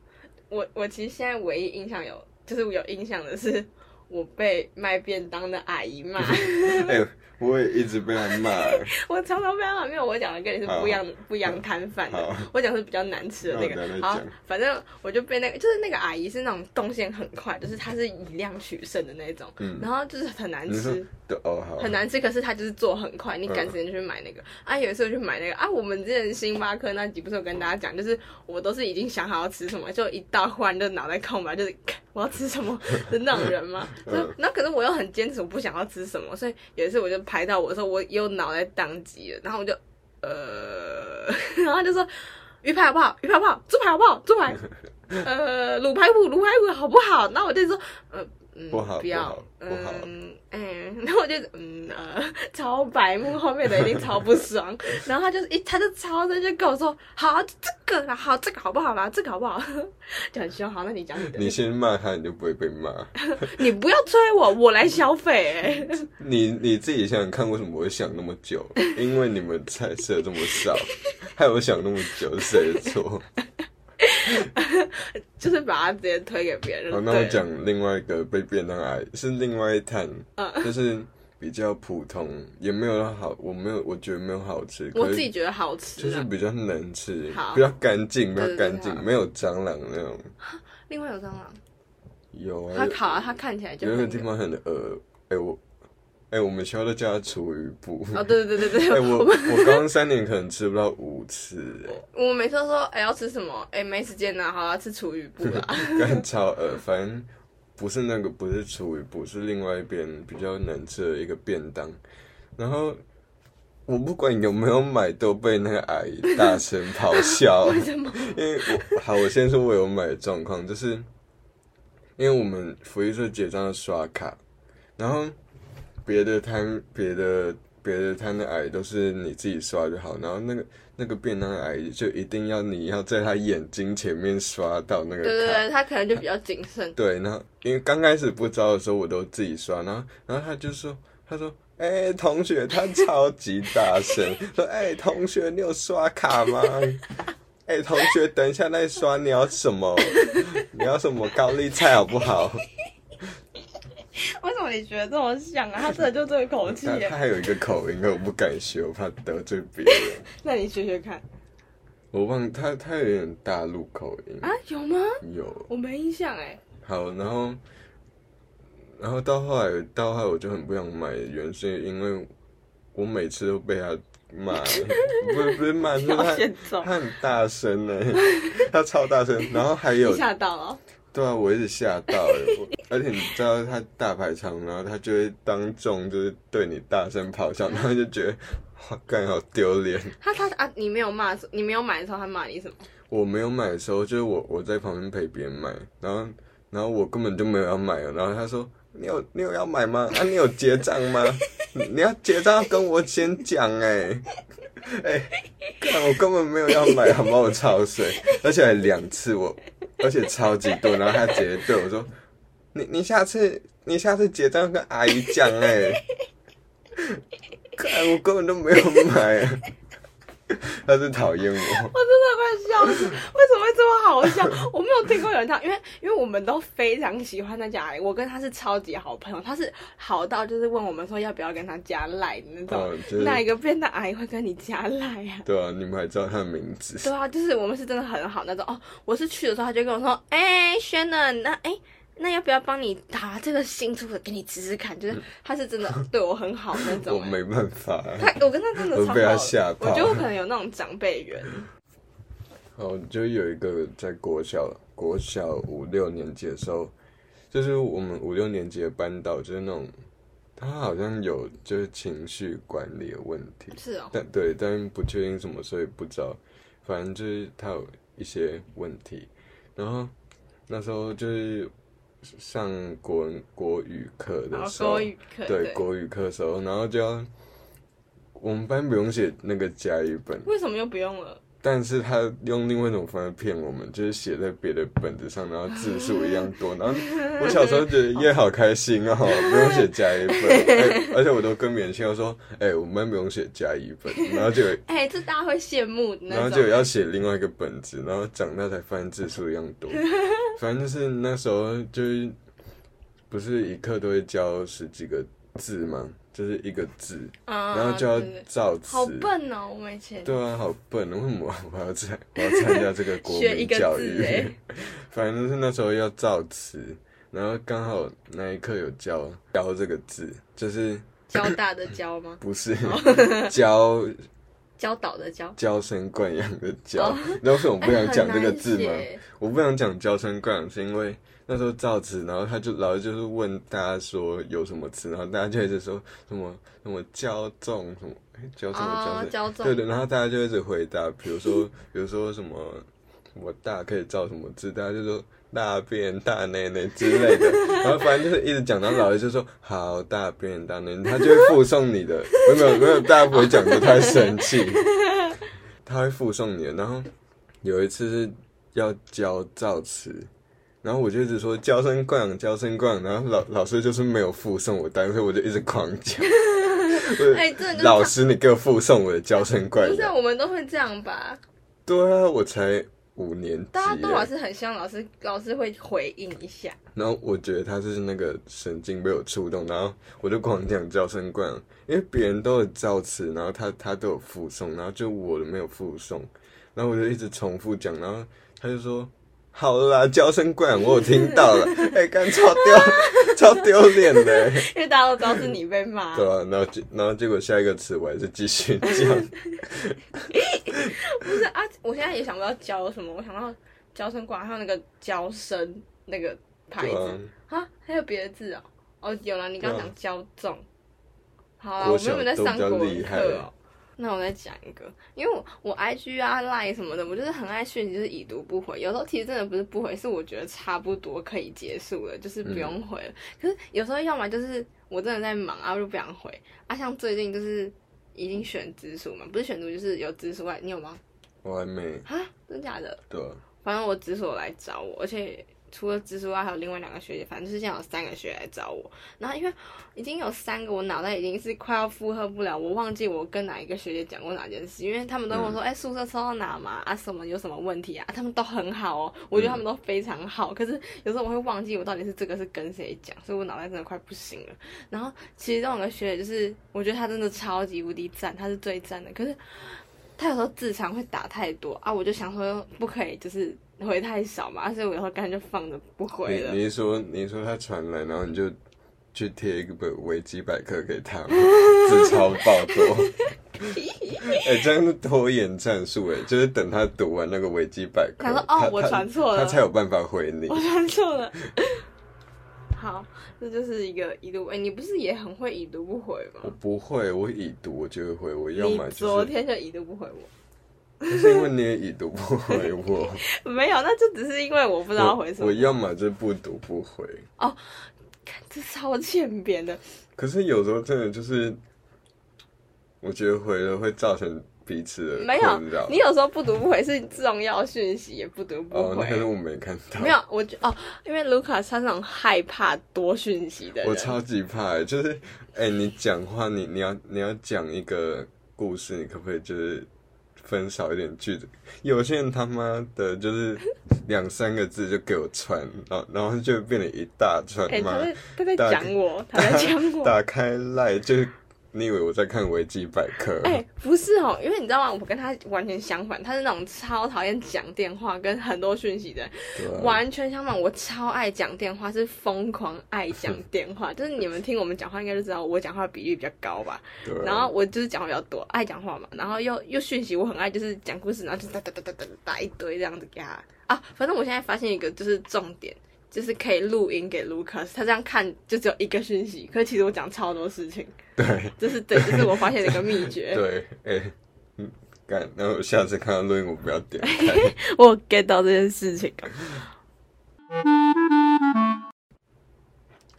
Speaker 1: 我我其实现在唯一印象有，就是我有印象的是，我被卖便当的阿姨
Speaker 2: [LAUGHS]
Speaker 1: 骂，
Speaker 2: 哎、我也一直被他
Speaker 1: [LAUGHS]
Speaker 2: 骂。
Speaker 1: 我常常被她骂，没有我讲的跟你是不一样的不一样摊贩的
Speaker 2: 好，
Speaker 1: 我讲的是比较难吃的那
Speaker 2: 那我
Speaker 1: 个。
Speaker 2: 等下再
Speaker 1: 好
Speaker 2: 讲，
Speaker 1: 反正我就被那个，就是那个阿姨是那种动线很快，就是她是以量取胜的那种，
Speaker 2: 嗯
Speaker 1: 然后就是很难
Speaker 2: 你说
Speaker 1: 吃，
Speaker 2: 对哦，好，
Speaker 1: 很难吃，可是他就是做很快，你赶
Speaker 2: 嗯
Speaker 1: 时间就去买那个、啊。有一次我去买那个啊，我们之前星巴克那集不是有跟大家讲，就是我都是已经想好要吃什么，就一到忽然就脑袋空白，就是我要吃什么的那种人
Speaker 2: [LAUGHS]
Speaker 1: 嘛。所以
Speaker 2: 嗯
Speaker 1: 那可是我又很坚持，我不想要吃什么，所以有一次我就拍到我说我又脑袋宕机了，然后我就呃， [LAUGHS] 然后他就说鱼排好不好？鱼排好不好？猪排好不好？猪
Speaker 2: [LAUGHS]
Speaker 1: 排。呃，卤排骨，卤排骨好不好？那我就说，呃，嗯，
Speaker 2: 不好
Speaker 1: 要，
Speaker 2: 不好不好
Speaker 1: 嗯，嗯，然后我就嗯呃，超白目，后面的一定超不
Speaker 2: [LAUGHS]
Speaker 1: 爽。然后他就一，他就超生气，就跟我说，好，这个啦，好，这个好不好啦？这个好不好？ [LAUGHS] 就很凶。好，那你讲
Speaker 2: [LAUGHS]
Speaker 1: 你的，
Speaker 2: 你先骂他，你就不会被骂。
Speaker 1: 你不要催我，我来消费、 [LAUGHS] 欸。
Speaker 2: 你你自己想想看，为什么我会想那么
Speaker 1: [LAUGHS]
Speaker 2: 久？因为你们菜色这么少，害我想那么久是谁的错？
Speaker 1: 就是把他直接推给别人。
Speaker 2: 好，那
Speaker 1: 对
Speaker 2: 我，讲另外一个被便当癌是另外一摊，
Speaker 1: 嗯
Speaker 2: 就是比较普通，也没有好，我没有，我觉得没有好吃，
Speaker 1: 我
Speaker 2: 可
Speaker 1: 自
Speaker 2: 是
Speaker 1: 己觉得好吃、啊。
Speaker 2: 就是比较难吃
Speaker 1: 好，
Speaker 2: 比较干净，比
Speaker 1: 对
Speaker 2: 较
Speaker 1: 对对
Speaker 2: 干净
Speaker 1: 好，
Speaker 2: 没有蟑螂那种。
Speaker 1: 另外有蟑啊螂，
Speaker 2: 有啊
Speaker 1: 它，烤啊，它看起来就
Speaker 2: 有一个
Speaker 1: 很
Speaker 2: 地方很恶，哎、我，哎、我们学校都叫它厨余部。
Speaker 1: 哦，对对对对
Speaker 2: 哎、
Speaker 1: 对，
Speaker 2: 我我高中三年可能吃不到五次、
Speaker 1: [LAUGHS]
Speaker 2: 哎
Speaker 1: 我每次都说，哎、要吃什么？哎、没时间啦，好啦，吃厨余部啦。
Speaker 2: [LAUGHS]
Speaker 1: [LAUGHS]
Speaker 2: 干超耳，呃反正不是那个，不是厨余部，是另外一边比较难吃的一个便当。然后我不管有没有买，都被那个阿姨大声咆
Speaker 1: [LAUGHS]
Speaker 2: 哮。为 [LAUGHS] 什么？因为我好，我先说我有买的状况，就是因为我们福利社结账要刷卡，然后别的摊、别的别的摊的阿姨都是你自己刷就好，然后那个那个便当的阿姨就一定要你要在她眼睛前面刷到那个
Speaker 1: 对
Speaker 2: 卡。
Speaker 1: 对对，他可能就比较谨慎。
Speaker 2: 对，然后因为刚开始不知道的时候，我都自己刷，然后然后他就说，他说，哎、同学，他超级大声，说，哎、同学，你有刷卡吗？哎、同学，等一下再刷，你要什么？你要什么高丽菜好不好？
Speaker 1: 为什么你觉得这么像啊？他真的就这个口气 [LAUGHS]
Speaker 2: 他
Speaker 1: 耶
Speaker 2: 他还有一个口音，我不敢学，我怕得罪别人。
Speaker 1: 那你学学看
Speaker 2: 我忘他他有点大陆口音，
Speaker 1: 啊？有吗？
Speaker 2: 有。
Speaker 1: 我没印象哎。
Speaker 2: 好，然后，然后到后来，到后来我就很不想买，原因是因为我每次都被他骂，不是不
Speaker 1: [LAUGHS]
Speaker 2: 是骂，是
Speaker 1: 要
Speaker 2: 他
Speaker 1: 先走
Speaker 2: 他很大声呢、欸他超大
Speaker 1: [LAUGHS]
Speaker 2: 声，然后还有
Speaker 1: 你吓到了？
Speaker 2: 对啊，我一直吓到了，我而且你知道他大排长，然后他就会当众就是对你大声咆哮，然后就觉得哇，干好丢脸。
Speaker 1: 他他啊，你没有骂，你没有买的时候，他骂你什么？
Speaker 2: 我没有买的时候，就是我我在旁边陪别人买，然后然后我根本就没有要买了，然后他说你有你有要买吗？啊，你有结账吗？你你要结账要跟我先讲哎 [LAUGHS] 哎，看、我根本没有要买，好把我超水，而且还两次我，而且超级多，然后他直接对我说你你下次你下次结账要跟阿姨讲哎、 [LAUGHS] 看我根本都没有买、 [LAUGHS] 他是讨厌我。
Speaker 1: 我真的快笑
Speaker 2: [LAUGHS]
Speaker 1: 死！为什么会这么好笑？我没有听过有人这样，因为因为我们都非常喜欢那家阿姨，我跟他是超级好朋友，他是好到就是问我们说要不要跟他加赖的那种
Speaker 2: 哦。就是
Speaker 1: 哪一个变的阿姨会跟你加赖啊？
Speaker 2: 对啊，你们还知道他的名字？ [LAUGHS]
Speaker 1: 对啊，就是我们是真的很好那种哦。我是去的时候，他就跟我说：“哎、轩呢？那哎、那要不要帮你打这个新出的给你吃吃看？”就是他是真
Speaker 2: [LAUGHS]
Speaker 1: 的对我很好那种
Speaker 2: 嗯我
Speaker 1: 欸、
Speaker 2: 没办法。
Speaker 1: 他我跟他真的
Speaker 2: 我
Speaker 1: 超
Speaker 2: 被他
Speaker 1: 好，
Speaker 2: 吓
Speaker 1: 我
Speaker 2: 到
Speaker 1: 觉得我可能有那种长辈缘。
Speaker 2: 哦，就有一个在国小国小五六年级的时候，就是我们五六年级的班导，就是那种他好像有就是情绪管理的问题，
Speaker 1: 是哦，
Speaker 2: 但对，但不确定什么，所以不知道。反正就是他有一些问题，然后那时候就是上国文国语课
Speaker 1: 然
Speaker 2: 的
Speaker 1: 后
Speaker 2: 时候
Speaker 1: 哦国，语课
Speaker 2: 对国语课的时候，然后就要我们班不用写那个甲乙本，
Speaker 1: 为什么又不用了？
Speaker 2: 但是他用另外一种方式骗我们，就是写在别的本子上，然后字数一样 [LAUGHS] 多。然后我小时候觉得耶，好开心哦， [LAUGHS] 不用写甲乙本、哎而且我都跟别人炫耀说，哎、我们班不用写甲乙 [LAUGHS] 本，然后就有
Speaker 1: 哎、这大家会羡慕的那
Speaker 2: 然后
Speaker 1: 种。啊
Speaker 2: 就有要写另外一个本子，然 [LAUGHS] 后长大才发现字数一样多。反正就是那时候就是。不不是一课都会教十几个字吗？就是一个字，
Speaker 1: 啊，
Speaker 2: 然后就要
Speaker 1: 对对对
Speaker 2: 造词。
Speaker 1: 好笨哦，我们以前
Speaker 2: 对啊，好笨！为什么我要参我要参加这个国
Speaker 1: 学一
Speaker 2: 民
Speaker 1: 个
Speaker 2: 教
Speaker 1: 字
Speaker 2: 育？
Speaker 1: 哎
Speaker 2: [LAUGHS] 反正是那时候要造词，然后刚好那一刻有教教这个字，就是
Speaker 1: 交大的交
Speaker 2: [LAUGHS]
Speaker 1: 吗？
Speaker 2: 不是
Speaker 1: 哦
Speaker 2: [LAUGHS] 教
Speaker 1: 教导的教。
Speaker 2: 娇生惯养
Speaker 1: [LAUGHS]
Speaker 2: 的娇，你知道为什么我不想讲这个字吗？
Speaker 1: 哦哎很难写
Speaker 2: 我不想讲娇生惯养，是因为那时候造词，然后他就老师就是问大家说有什么词，然后大家就一直说什么什么骄纵什么哎骄纵
Speaker 1: 啊
Speaker 2: 骄，
Speaker 1: 骄
Speaker 2: 纵，
Speaker 1: 纵，
Speaker 2: 对对，然后大家就一直回答， [LAUGHS] 比如说比如说什么我大可以造什么字，大家就说。大便大内内之类的，然后反正就是一直讲，然后老师就说好大便大内内，他就会附送你的，没有没有，大家不会讲的太生气。他会附送你的。然后有一次是要教造词，然后我就一直说娇生惯养，娇生惯养，然后老老师就是没有附送我单词，我就一直狂讲。
Speaker 1: 哎，这个
Speaker 2: 老师，你给我附送我的娇生惯
Speaker 1: 不是啊
Speaker 2: 养。
Speaker 1: 我们都会这样吧？
Speaker 2: 对啊，我才五年级
Speaker 1: 大家都老
Speaker 2: 耶，
Speaker 1: 师很希望老师老师会回应一下，
Speaker 2: 然后我觉得他就是那个神经被我触动，然后我就狂讲娇生惯养，因为别人都有造词，然后他他都有附送，然后就我的没有附送，然后我就一直重复讲，然后他就说：“好了啦，娇生惯养，我有听到 [LAUGHS] 了。哎、刚超 [LAUGHS] 丢，超丢脸的、 [LAUGHS]
Speaker 1: 因为大家都知道是你被骂
Speaker 2: 对。吧、然后结然后结果下一个词我 [LAUGHS] 还是继续讲，
Speaker 1: 不是啊，我现在也想不到教什么，我想到教生馆，还有那个教生那个牌
Speaker 2: 对啊
Speaker 1: 子，啊，还有别的字哦。哦，有了，你刚刚
Speaker 2: 对啊
Speaker 1: 讲教重，好啦，
Speaker 2: 国
Speaker 1: 我
Speaker 2: 小
Speaker 1: 们有没有在上国
Speaker 2: 都比
Speaker 1: 文
Speaker 2: 较厉
Speaker 1: 课
Speaker 2: 害啊
Speaker 1: 哦？那我再讲一个，因为我我 IG 啊、Line 什么的，我就是很爱讯息，就是已读不回。有时候其实真的不是不回，是我觉得差不多可以结束了，就是不用
Speaker 2: 嗯
Speaker 1: 回了。可是有时候要么就是我真的在忙啊，我就不想回啊。像最近就是已经选直属嘛，不是选读就是有直属外，你有吗？
Speaker 2: 我还没
Speaker 1: 啊，真假的？
Speaker 2: 对啊、
Speaker 1: 反正我直属来找我，而且除了直属外还有另外两个学姐，反正就是现在有三个学姐来找我。然后因为已经有三个，我脑袋已经是快要负荷不了，我忘记我跟哪一个学姐讲过哪件事，因为他们都跟我说，哎、宿舍抽到哪嘛啊什么有什么问题啊，他们都很好哦，我觉得他们都非常好。可是有时候我会忘记我到底是这个是跟谁讲，所以我脑袋真的快不行了。然后其中有个学姐就是，我觉得她真的超级无敌赞，她是最赞的，可是。他有时候字常会打太多啊，我就想说不可以，就是回太少嘛，啊所以我有时候干脆就放着不回了
Speaker 2: 你。你一说你一说他传来，然后你就去贴一个 [LAUGHS] 维基百科给他吗， [LAUGHS] 自超爆多。 [LAUGHS] 哎、这样是拖延战术哎，就是等他读完那个维基百科，
Speaker 1: 想说
Speaker 2: 他
Speaker 1: 哦我
Speaker 2: 他
Speaker 1: 传错了
Speaker 2: 他才有办法回
Speaker 1: [LAUGHS]
Speaker 2: 你
Speaker 1: 我。传错了。好，这就是一个已读。哎、你不是也很会已读不回吗
Speaker 2: 我？不会，我已读我就会回，我要么
Speaker 1: 你昨
Speaker 2: [LAUGHS] 就是，
Speaker 1: 天就已读不回我，
Speaker 2: 就是因为你也已读不
Speaker 1: [LAUGHS]
Speaker 2: 回我，
Speaker 1: 没有，那就只是因为我不知道回什
Speaker 2: 我我
Speaker 1: 么。
Speaker 2: 要么就不读不回。
Speaker 1: 看这超欠扁的，
Speaker 2: 可是有时候真的就是，我觉得回了会造成彼此的
Speaker 1: 没有
Speaker 2: 困扰。。
Speaker 1: 你有时候不读不回是重要讯息，也不读不
Speaker 2: 哦，那
Speaker 1: 回。
Speaker 2: 可是我没看到。
Speaker 1: 没有，我觉哦，因为卢卡他是那种害怕多讯息的人。
Speaker 2: 我超级怕欸，就是哎、欸你讲话，你你要你要讲一个故事，你可不可以就是分少一点句子？有些人他妈的就是两三个字就给我串，然后然后就变成一大串
Speaker 1: 哎、
Speaker 2: 骂
Speaker 1: 他。在他在
Speaker 2: 大
Speaker 1: 讲我，他在讲我。
Speaker 2: 打开赖就是你以为我在看维基百科？
Speaker 1: 哎、不是哦，因为你知道吗？我跟他完全相反，他是那种超讨厌讲电话跟很多讯息的人，
Speaker 2: 对啊
Speaker 1: 完全相反。我超爱讲电话，是疯狂爱讲电话。就是你们听我们讲话，应该就知道我讲话比率比较高吧。
Speaker 2: 对啊
Speaker 1: 然后我就是讲话比较多，爱讲话嘛，然后又又讯息，我很爱就是讲故事，然后就哒哒哒哒哒哒一堆这样子给他啊。反正我现在发现一个就是重点，就是可以录音给 Lucas，他这样看就只有一个讯息，可是其实我讲超多事情，
Speaker 2: 对
Speaker 1: 这是 [LAUGHS] 对，这是我发现的一个秘诀，
Speaker 2: [LAUGHS] 对哎。嗯，干，然后下次看到录音我不要点开。
Speaker 1: [LAUGHS] 我有 get 到这件事情。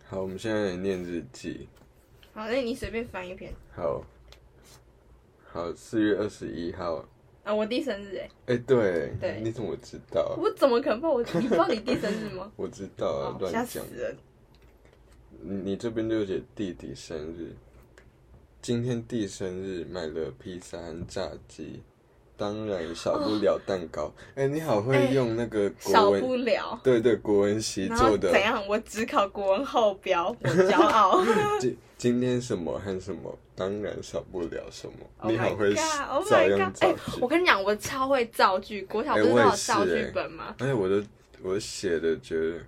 Speaker 2: 好，我们现在来念日记。
Speaker 1: 好，那你随便翻一篇
Speaker 2: 好，好，四月二十一号，
Speaker 1: 啊，我弟生日哎，
Speaker 2: 哎、对，
Speaker 1: 对
Speaker 2: 你怎么知道？？
Speaker 1: 我怎么可能不知道我？你不知道你弟生日吗
Speaker 2: [LAUGHS] 我知道啊，
Speaker 1: 哦
Speaker 2: 乱
Speaker 1: 吓死
Speaker 2: 讲。
Speaker 1: 人！
Speaker 2: 你你这边就写弟弟生日，今天弟生日买了披萨和炸鸡，当然少不了蛋糕。哎、你好会用那个
Speaker 1: 哦少
Speaker 2: 国文，
Speaker 1: 不了。
Speaker 2: 对对，国文习
Speaker 1: 然后
Speaker 2: 做的
Speaker 1: 怎。样？我只考国文后标，我骄傲。 [LAUGHS]
Speaker 2: 今今天什么和什么，当然少不了什么。
Speaker 1: Oh
Speaker 2: 你好
Speaker 1: my
Speaker 2: 会
Speaker 1: god！Oh
Speaker 2: 照
Speaker 1: my
Speaker 2: 用
Speaker 1: god！哎、
Speaker 2: 造句
Speaker 1: 我，跟你讲，我超会造句。国小
Speaker 2: 哎
Speaker 1: 不是都
Speaker 2: 我也
Speaker 1: 有造
Speaker 2: 是
Speaker 1: 句
Speaker 2: 哎
Speaker 1: 本吗？
Speaker 2: 而且我都我写的觉得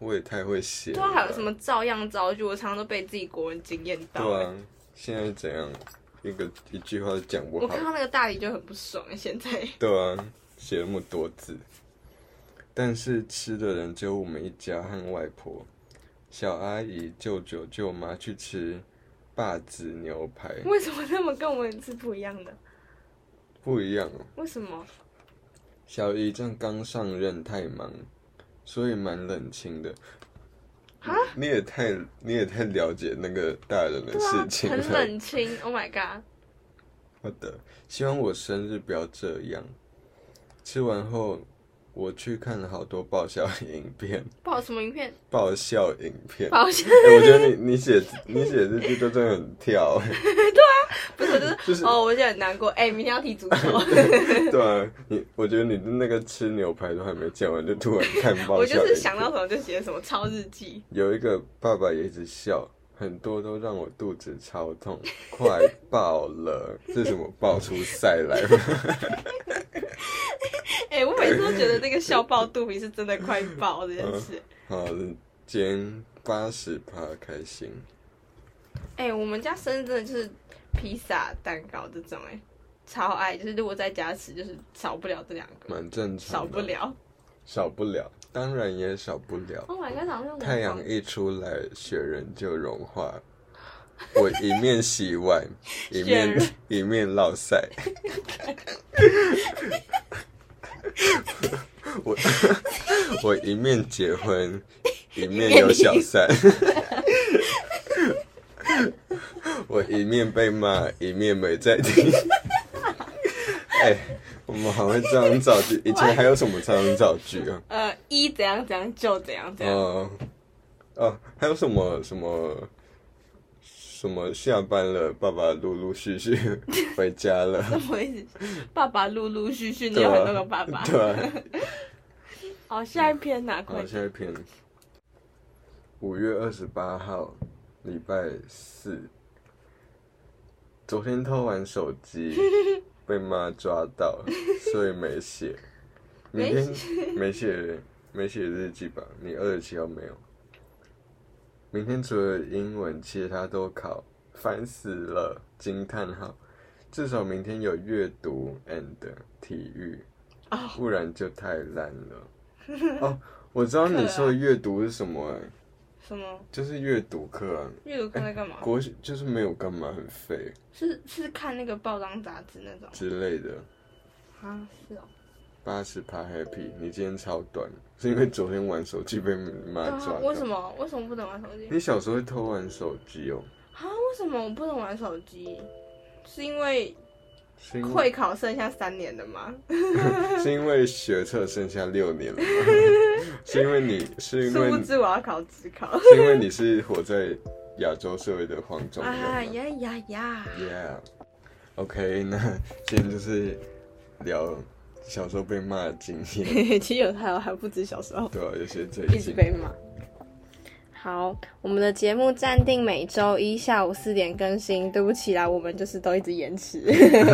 Speaker 2: 我也太会写了
Speaker 1: 对
Speaker 2: 吧。
Speaker 1: 啊，还有什么照样造句？我常常都被自己国文惊艳到、
Speaker 2: 对
Speaker 1: 哎
Speaker 2: 啊，现在怎样？一个一句话都讲不
Speaker 1: 我
Speaker 2: 好
Speaker 1: 看。到那个大理就很不爽。哎现在
Speaker 2: 对啊，写那么多字。但是吃的人只有我们一家和外婆，小阿姨、舅舅、舅妈去吃霸子牛排，
Speaker 1: [LAUGHS] 为什么那么跟我们是不一样的？
Speaker 2: 不一样哦。
Speaker 1: 为什么？
Speaker 2: 小姨正刚上任，太忙，所以蛮冷清的。
Speaker 1: 啊
Speaker 2: 你也太你也太了解那个大人的
Speaker 1: 对啊
Speaker 2: 事，情
Speaker 1: 很
Speaker 2: 了。
Speaker 1: 冷清。Oh my god！
Speaker 2: 好的，希望我生日不要这样。吃完后，我去看了好多爆笑影片， [LAUGHS]
Speaker 1: 不好什么影片？
Speaker 2: 爆笑影
Speaker 1: [LAUGHS]
Speaker 2: 片。
Speaker 1: 抱歉，
Speaker 2: 欸我觉得你你写你写这句都真的很跳、
Speaker 1: [LAUGHS]
Speaker 2: 欸，
Speaker 1: 不是，就是、
Speaker 2: [LAUGHS] 就是
Speaker 1: 哦，我就很难过。哎、明天要踢足球，
Speaker 2: 对啊，你我觉得你的那个吃牛排都还没讲完，就突然看
Speaker 1: [LAUGHS]
Speaker 2: 爆
Speaker 1: 我
Speaker 2: 笑影片。哎
Speaker 1: 就是想到什么就写什么，抄日记。
Speaker 2: 有一个爸爸也一直笑，很多都让我肚子超痛， [LAUGHS] 快爆了！这是什么爆出塞来
Speaker 1: [LAUGHS]
Speaker 2: 吗？
Speaker 1: 哎、我每次都觉得那个笑爆肚皮是真的快爆这件
Speaker 2: 嗯
Speaker 1: 事。
Speaker 2: 好，今天八十趴开心，
Speaker 1: 哎、我们家生日真的就是披萨、蛋糕这种、哎，超爱。就是如果在家吃，就是少不了这两个，
Speaker 2: 蛮正常
Speaker 1: 少
Speaker 2: 的，
Speaker 1: 不，了。
Speaker 2: 少不了，当然也少不了。
Speaker 1: Oh my god，早上
Speaker 2: 太阳一出来，雪人就融化。我一面
Speaker 1: [LAUGHS]
Speaker 2: 洗碗，
Speaker 1: 雪
Speaker 2: 一面
Speaker 1: 人
Speaker 2: [LAUGHS] 一面落晒。
Speaker 1: [LAUGHS]
Speaker 2: 我 [LAUGHS] 我一面结婚，一面有小三。
Speaker 1: [LAUGHS]
Speaker 2: 我一面被骂，一面没在
Speaker 1: [LAUGHS]
Speaker 2: 听。哎、我们好会这样造句，以前还有什么这样造句啊？
Speaker 1: 呃，一怎样怎样就怎样怎样。
Speaker 2: 哦哦，还有什么什么什么下班了，爸爸陆陆续 [LAUGHS] 续回家了，
Speaker 1: 什么意思？爸爸陆陆续续，你
Speaker 2: 对
Speaker 1: 有
Speaker 2: 啊
Speaker 1: 很多个爸爸。
Speaker 2: 对啊。
Speaker 1: 好，下一篇哪块
Speaker 2: [LAUGHS] 好，？下一篇，五月二十八号，礼拜四，昨天偷玩手机 [LAUGHS] 被妈抓到，所以没写。明
Speaker 1: 没
Speaker 2: 天 [LAUGHS] 没写没写日记吧？你二十七号没有？明天除了英文，其他都考，烦死了！惊叹号！至少明天有阅读 and 体育
Speaker 1: 哦
Speaker 2: 不然就太烂
Speaker 1: [LAUGHS]
Speaker 2: 了。哦，我知道你
Speaker 1: 啊
Speaker 2: 说的阅读是什么、哎，
Speaker 1: 什么？
Speaker 2: 就是阅读课、啊，
Speaker 1: 阅读课在干嘛？
Speaker 2: 国学就是没有干嘛很废
Speaker 1: 是是看那个报章杂志那种
Speaker 2: 之类的。
Speaker 1: 啊？是哦。
Speaker 2: 八十趴 happy，你今天超短，是因为昨天玩手机被妈
Speaker 1: 对
Speaker 2: 抓
Speaker 1: 啊，
Speaker 2: 到。
Speaker 1: 为什？么为什么不能玩手机？
Speaker 2: 你小时候会偷玩手机哦？
Speaker 1: 啊，为什么我不能玩手机？是因为
Speaker 2: 是因 [LAUGHS]
Speaker 1: 会
Speaker 2: 为
Speaker 1: 考剩下三年了吗？
Speaker 2: 是因为学测剩下六
Speaker 1: [LAUGHS]
Speaker 2: 年了吗？是因为你是因
Speaker 1: 殊
Speaker 2: 为
Speaker 1: 不
Speaker 2: 你
Speaker 1: 知我要考职考。
Speaker 2: [LAUGHS] 是因为你是活在亚洲社会的黄种人吗
Speaker 1: 啊呀呀呀！
Speaker 2: Yeah，OK，、那今天就是聊小时候被骂的经
Speaker 1: [LAUGHS]
Speaker 2: 验，
Speaker 1: 其实有还有还不止小时候。
Speaker 2: 对啊，有些最
Speaker 1: 一直
Speaker 2: 近
Speaker 1: 被骂。好，我们的节目暂定每周一下午四点更新。对不起啦，我们就是都一直延
Speaker 2: [LAUGHS]
Speaker 1: 迟。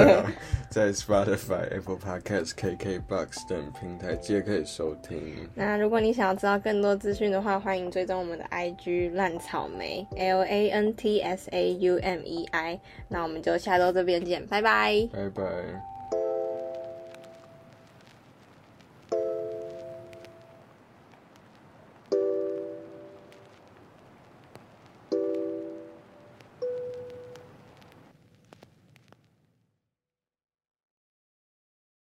Speaker 2: [LAUGHS] 在 Spotify、Apple Podcast、KKBox 等平台皆可以收听。
Speaker 1: 那如果你想要知道更多资讯的话，欢迎追踪我们的 IG 烂草莓 L A N T S A U M E I。那我们就下周这边见，拜拜。
Speaker 2: 拜拜。